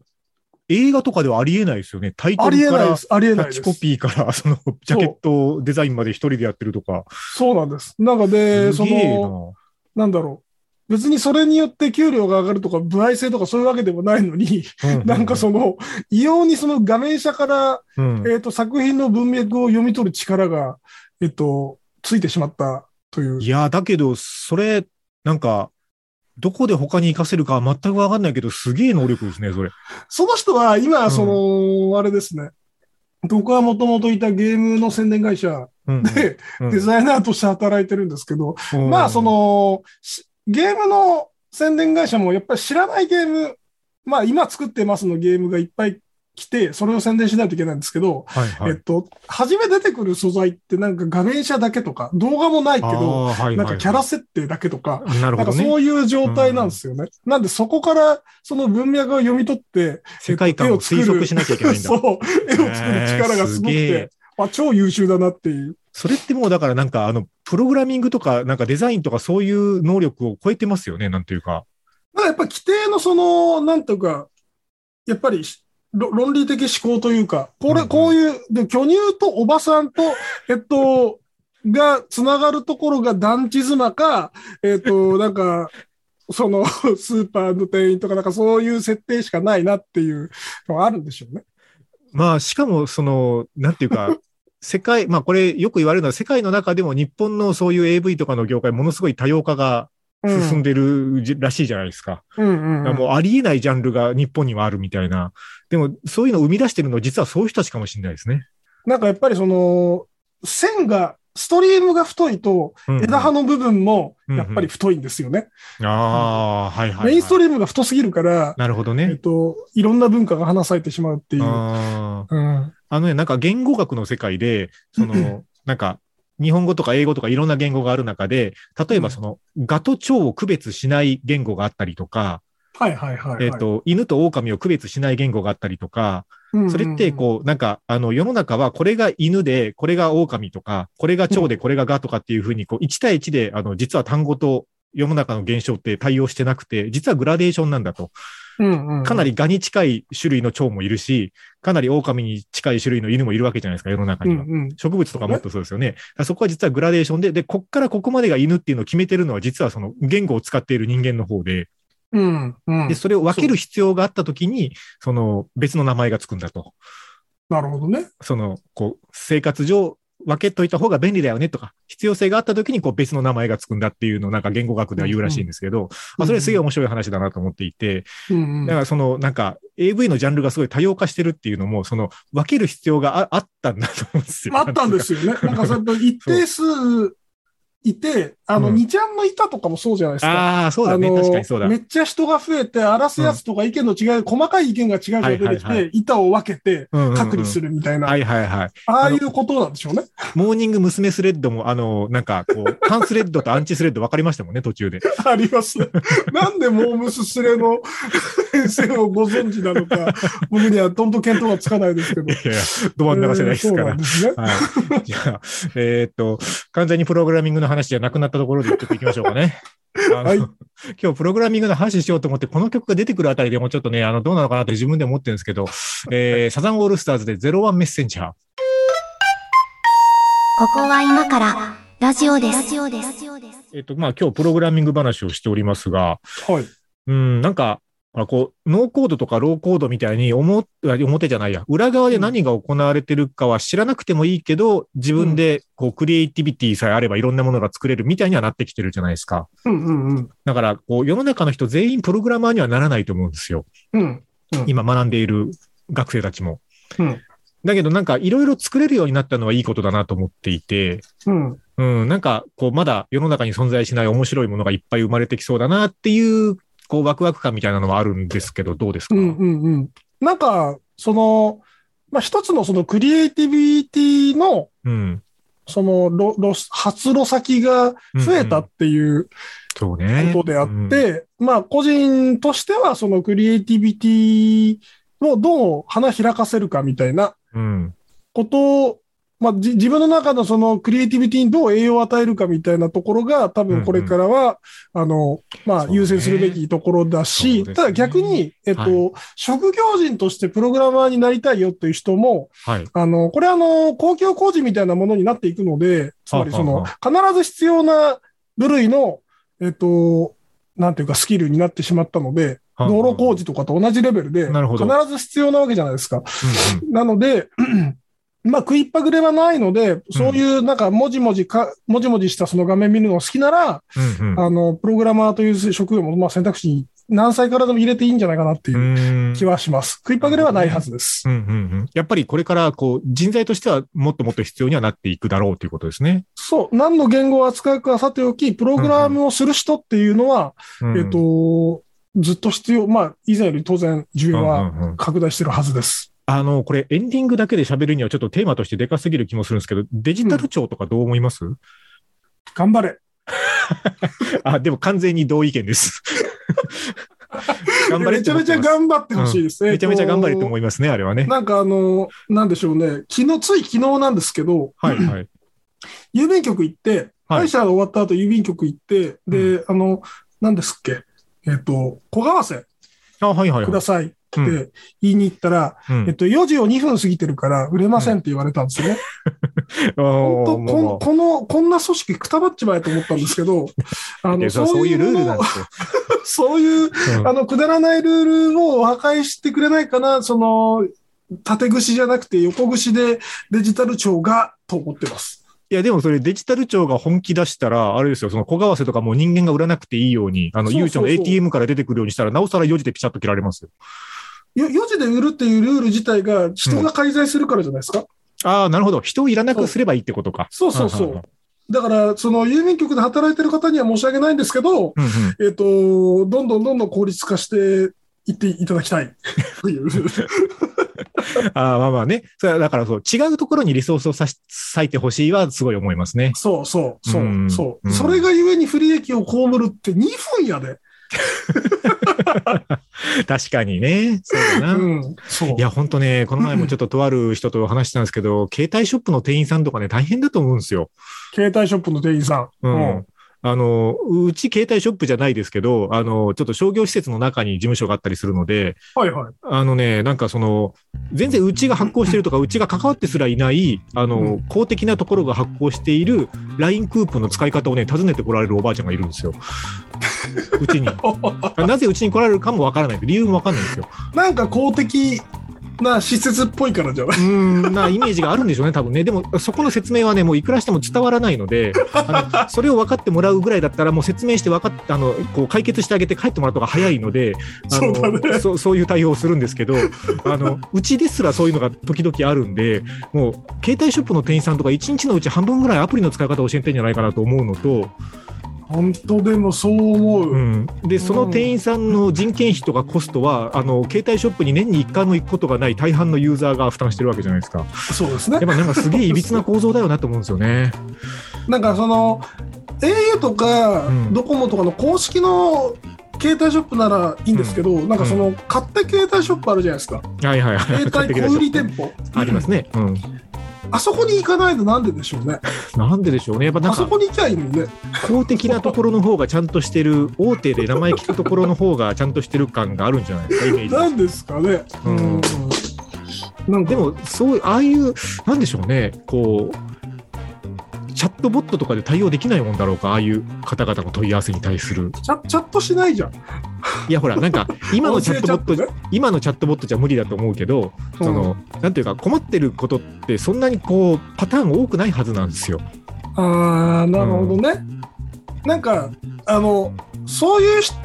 B: 映画とかではありえないですよね。タイト
C: あり
B: ル
C: え
B: か
C: ない
B: ら
C: で、す。ありえ
B: キャ
C: ない
B: ッ
C: で
B: チ
C: す。
B: コピーから、その、ジャケットデザインまで一人でやってるとか。
C: そうなんです。なので、
B: す
C: そ
B: げえ
C: の、
B: な。
C: なんだろう。別にそれによって給料が上がるとか、歩合制とかそういうわけでもないのに、
B: う
C: なんかその、異様にその画面下から、
B: うん、
C: えっ、と、作品の文脈を読み取る力が、えっ、と、ついてしまったという
B: い。や、だけど、それ、なんか、どこで他に活かせるか全くわかんないけど、すげえ能力ですね、それ。
C: その人は今、その、あれですね。僕はもともといたゲームの宣伝会社
B: うん
C: で、
B: うん
C: デザイナーとして働いてるんですけど、
B: うん
C: まあ、その、しゲームの宣伝会社もやっぱり知らないゲーム、まあ、今作ってますのゲームがいっぱい来て、それを宣伝しないといけないんですけど、
B: はいはい、
C: えっと、初め出てくる素材ってなんか画面車だけとか、動画もないけど、
B: あーはいはい
C: なんかキャラ設定だけとか、
B: なるほ
C: なんか
B: どね。
C: そういう状態なんですよね。なんでそこからその文脈を読み取って、
B: 世界観を推測しなきゃいけないんだ。
C: そう、絵を作る力がす
B: へーす
C: ごく
B: げえ
C: て、まあ、超優秀だなっていう。
B: それってもうだからなんかあの、プログラミングとか、なんかデザインとかそういう能力を超えてますよね、なんていうか。
C: だからやっぱ規定のその、なんとか、やっぱりしろ論理的思考というか、
B: うん
C: こ
B: う
C: れ、
B: ん
C: こういう、で巨乳とおばさんと、えっと、がつながるところが団地妻か、えっと、なんか、その、スーパーの店員とか、なんかそういう設定しかないなっていうのはあるんでしょうね。
B: まあ、しかも、その、なんていう か、世界、まあこれよく言われるのは世界の中でも日本のそういう AV とかの業界ものすごい多様化が
C: うん
B: 進んでるじらしいじゃないですか。
C: うんうんうん
B: もうありえないジャンルが日本にはあるみたいな。でもそういうのを生み出してるのは実はそういう人たちかもしれないですね。
C: なんかやっぱりその、線が、ストリームが太いと、
B: うんうん
C: 枝葉の部分もやっぱり太いんですよね。
B: ああ、はいはい、はい。
C: メインストリームが太すぎるから、
B: なるほど
C: えっ
B: ね。
C: と、いろんな文化が話されてしまうっていう。
B: あー
C: うん
B: あのね、なんか言語学の世界で、その、なんか、日本語とか英語とかいろんな言語がある中で、例えばその、ガと蝶を区別しない言語があったりとか、
C: はいはいはい、はい。
B: えっ、と、犬と狼を区別しない言語があったりとか、
C: うんうんうん、
B: それってこう、なんか、あの、世の中はこれが犬で、これが狼とか、これが蝶で、これがガとかっていうふうに、こう、1対1で、あの、実は単語と世の中の現象って対応してなくて、実はグラデーションなんだと。
C: うんうんうん、
B: かな
C: り。
B: りガに近い種類の蝶もいるし、かなり狼に近い種類の犬もいるわけじゃないですか、世の中
C: う
B: に
C: ん
B: は。
C: うん。
B: 植物とかもっとそうですよね。だからそこは実はグラデーションで、で、こっからここまでが犬っていうのを決めてるのは、実はその言語を使っている人間の方で、
C: うんうん
B: で、それを分ける必要があったときに、その別の名前がつくんだと。
C: なるほどね。
B: その、こう、生活上分けといた方が便利だよねとか、必要性があったときに、こう別の名前がつくんだっていうのをなんか言語学では言うらしいんですけど、まあそれすげえ面白い話だなと思っていて、
C: うんうん
B: だからそのなんか AV のジャンルがすごい多様化してるっていうのも、その分ける必要がああったんだと思うんですよ。
C: あったんですよ ね。なんかそれと一定数いて、あの、
B: うん
C: 二ちゃんの板とかもそうじゃないですか。
B: ああ、そうだね。
C: あの
B: 確かにそうだ。
C: めっちゃ人が増えて、荒らすやつとか意見の違い、細かい意見が違う人が出てき
B: はいはいは
C: て、板を分けて、隔
B: 隔
C: 離す
B: る。
C: るみたいな、
B: はいはいはい。
C: ああいうことなんでしょうね。
B: モーニング娘。スレッドも、あの、なんか、こう、パンスレッドとアンチスレッド分かりましたもんね、途中で。
C: あ ります。なんでモームススレの先生をご存知なのか、僕にはどんどん見当がつかな いですけど。
B: いやいや、ど真ん中じゃないですか
C: えーそうな
B: ら
C: ん。ですね。
B: はい。じゃあ、えーっと、完全にプログラミングの話じゃなくなったところでちょっと行きましょうかね。あの
C: はい
B: 今日プログラミングの話しようと思って、この曲が出てくるあたりでもうちょっとね、あの、どうなのかなって自分でも思ってるんですけど、えーサザンオールスターズで01メッセンジャー。
A: ここは今からラジオです。ラジオです。
B: えっと、まあ今日プログラミング話をしておりますが、
C: はい。
B: うん、なんか、あこう、ノーコードとかローコードみたいに表、あ表じゃないや、裏側で何が行われてるかは知らなくてもいいけど、自分でこう、クリエイティビティさえあればいろんなものが作れるみたいにはなってきてるじゃないですか。
C: うんうんうん。
B: だから、こう、世の中の人全員プログラマーにはならないと思うんですよ。
C: うん。
B: 今学んでいる学生たちも。
C: うん
B: だけど、なんか、いろいろ作れるようになったのはいいことだなと思っていて、
C: うん。
B: うん、なんか、こう、まだ世の中に存在しない面白いものがいっぱい生まれてきそうだなっていう、こう、ワクワク感みたいなのはあるんですけど、どうですか、
C: うんうんうん。なんか、その、まあ、一つのそのクリエイティビティの、
B: うん
C: そのろ、ろ、発露先が増えたっていう
B: そうね。
C: ことであって、
B: うん
C: まあ、個人としては、そのクリエイティビティをどう花開かせるかみたいな
B: うん。
C: ことまあ、じ自分の中のそのクリエイティビティにどう栄養を与えるかみたいなところが、多分これからは、あの、
B: そ
C: まあ、
B: うね
C: 優先するべきところだし、
B: そうですね
C: ただ逆に、えっと、
B: は
C: 職業人としてプログラマーになりたいよという人も、
B: はい。
C: あの、これあの、公共工事みたいなものになっていくので、つまりそ
B: は
C: の、
B: あは
C: 必ず必要な部類の、えっと、なんていうかスキルになってしまったので、
B: は
C: 道路工事とかと同じレベルで、
B: なるほ
C: 必
B: ど
C: ず必要なわけじゃないですか。
B: うん
C: なので、 まあ食いっぱぐれはないので、そういうなんかもじもじか、もじもじしたその画面見るの好きなら、
B: うんうん
C: あの、プログラマーという職業もまあ選択肢に何歳からでも入れていいんじゃないかなって
B: う
C: いうん気はします。食いっぱぐれはないはずです。
B: うんうんうん、やっぱりこれからこう人材としてはもっともっと必要にはなっていくだろうということですね。
C: そう、何の言語を扱うかはさておき、プログラムをする人っていうのは、
B: うん
C: えっ、と、ずっと必要、まあ、以前より当然、需
B: う
C: 要
B: ん
C: は
B: うんうん
C: 拡大してるはずです。
B: あの、これエンディングだけで喋るにはちょっとテーマとしてでかすぎる気もするんですけど、デジタル庁とかどう思います、
C: 頑張れ。
B: あ、でも完全に同意見です。頑張れ
C: めちゃめちゃ頑張ってほしいです。
B: めちゃめちゃ頑張れと思
C: い
B: いますね、あれはね。
C: なんかあの、なんでしょうね。昨日、つい昨日なんですけど、
B: はいはい。
C: 郵便局行って、
B: はい
C: 会社が終わった後郵便局行って、で、あの、なんですっけ、えっと、小川せ
B: あ、はいはい
C: く
B: は
C: だ
B: い。
C: さいって
B: うん
C: 言いに行ったら、
B: うん
C: えっと、4時を2分過ぎてるから売れませんって言われたんですよね。
B: おーまあま
C: 本当こん
B: あ
C: この、こんな組織くたばっちまえと思ったんですけど、あ
B: い
C: の
B: やそ
C: そう
B: うい
C: いうう
B: ルール
C: も
B: なん
C: の
B: ですよ。
C: そういう、
B: うん
C: あの、くだらないルールを破壊してくれないかな、その、縦串じゃなくて横串でデジタル庁が、と思ってます。
B: いや、でもそれデジタル庁が本気出したら、あれですよ、その小為替とかもう人間が売らなくていいように、あの、
C: そうそうそう
B: ゆうちょの ATM から出てくるようにしたら、なおさら4時でピシャッと切られますよ。
C: よ4時で売るっていうルール自体が人が介在するからじゃないですか。
B: ああ、なるほど。人をいらなくすればいいってことか。
C: そうそうそ。
B: はいう
C: だから、その郵便局で働いてる方には申し訳ないんですけど、
B: はいはいうんうん
C: えっ、と、どんどんどんどん効率化していっていただ きたい。という。
B: ああ、まあまあね。それはだからそう、違うところにリソースをさし割いてほしいはすごい思いますね。
C: そうそう、そうう、
B: ん
C: そうう。
B: ん
C: それがゆえに不利益を被るって2分やで。
B: 確かにね。そうだな。
C: うん、そう
B: い。や、ほんと ね、この前もちょっととある人と話したんですけど、携帯ショップの店員さんとかね、大変だと思うんですよ。
C: 携帯ショップの店員さん。
B: う
C: うん
B: ん。あの、うち携帯ショップじゃないですけど、あの、ちょっと商業施設の中に事務所があったりするので、
C: はいはい。
B: あのね、なんかその、全然うちが発行してるとか、うちが関わってすらいない、あの、公的なところが発行している LINE クーポンの使い方をね、尋ねてこられるおばあちゃんがいるんですよ。う ちに。なぜうちに来られるかもわからない。理由もわかんないんですよ。
C: なんか公的な施設っぽいからじゃないう
B: ーんなイメージがあるんでしょうね、多分ね。でも、そこの説明はね、もういくらしても伝わらないので、あのそれを分かってもらうぐらいだったら、もう説明して分かっあのこう解決してあげて帰ってもらうとが早いので、あの
C: そうだね
B: そうそういう対応をするんですけど、あのうちですらそういうのが時々あるんで、もう携帯ショップの店員さんとか、1日のうち半分ぐらいアプリの使い方を教えてんじゃないかなと思うのと、
C: 本当でもそう思う。
B: うん、でその店員さんの人件費とかコストは、あの携帯ショップに年に1回も行くことがない大半のユーザーが負担してるわけじゃないですか。
C: そうですね
B: やっ。ぱなんかすげえいびつな構造だよなと思うんですよね。
C: なんかその au とか
B: うん
C: ドコモとかの公式の携帯ショップならいいんですけど、なんかその買った携帯ショップあるじゃないですか。
B: はいはいはい。
C: 携帯小売店舗。
B: ありますね。うん。
C: あそこに行かないのなんででしょうね。
B: なんででしょうね。やっぱな
C: あ
B: ん
C: そ
B: か
C: こに行きゃいいのにね。
B: 公的なところの方がちゃんとしてる、大手で名前聞くところの方がちゃんとしてる感があるんじゃないですか、イメージ
C: なんですかね。
B: う
C: うんん。なん
B: で
C: か
B: も、そういう、ああいう、なんでしょうね、こう、チャットボットとかで対応できないもんだろうか、ああいう方々の問い合わせに対する。
C: チャチャットしないじゃん。
B: いや、ほら、なんか、今のチャットボット
C: 音声チャッね
B: 今のチャットボットじゃ無理だと思うけど、その、なんていうか、困ってることって、そんなにこう、パターン多くないはずなんですよ。
C: あーなるほどね、なんかあのそういう人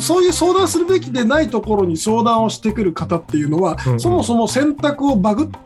C: そういう相談するべきでないところに相談をしてくる方っていうのは、
B: うんうん
C: そもそも選択をバグって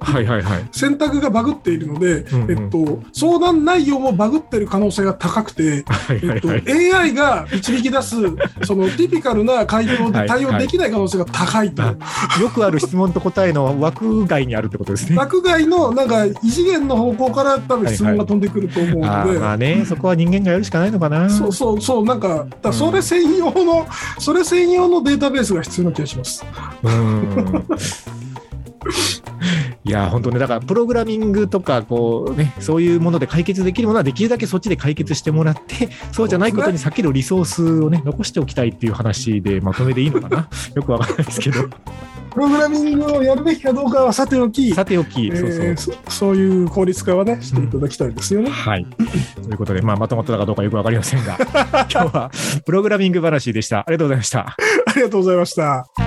B: はいはいはい。
C: 選択がバグっているので、
B: うんうん
C: えっと、相談内容もバグってる可能性が高くて、
B: はいは
C: え
B: い
C: っと
B: はい。
C: AI が導き出すそのティピカルな回答で対応できない可能性が高いと。
B: はいはいよくある質問と答えの枠外にあるってことです ね。
C: 落外のなんか異次元の方向から多分質問が飛んでくると思うので、
B: あーまあね、そこは人間がやるしかないのかな。
C: そうそうそう、なんか、
B: うん
C: だそれ専用の、それ専用のデータベースが必要な気がします。
B: うん いや、本当ね、だから、プログラミングとか、こうね、そういうもので解決できるものは、できるだけそっちで解決してもらって、そうじゃないことに避けるリソースをね、残しておきたいっていう話で、まとめでいいのかな よくわからないですけど。
C: プログラミングをやるべきかどうかはさておき、
B: さておき、
C: え
B: そうそう
C: ー。そそういう効率化はね、していただきたいで すよね。
B: はい。ということで、まあ、まとまったかどうかよくわか りませんが、今日はプログラミング話でした。ありがとうございました。
C: ありがとうございました。
A: 「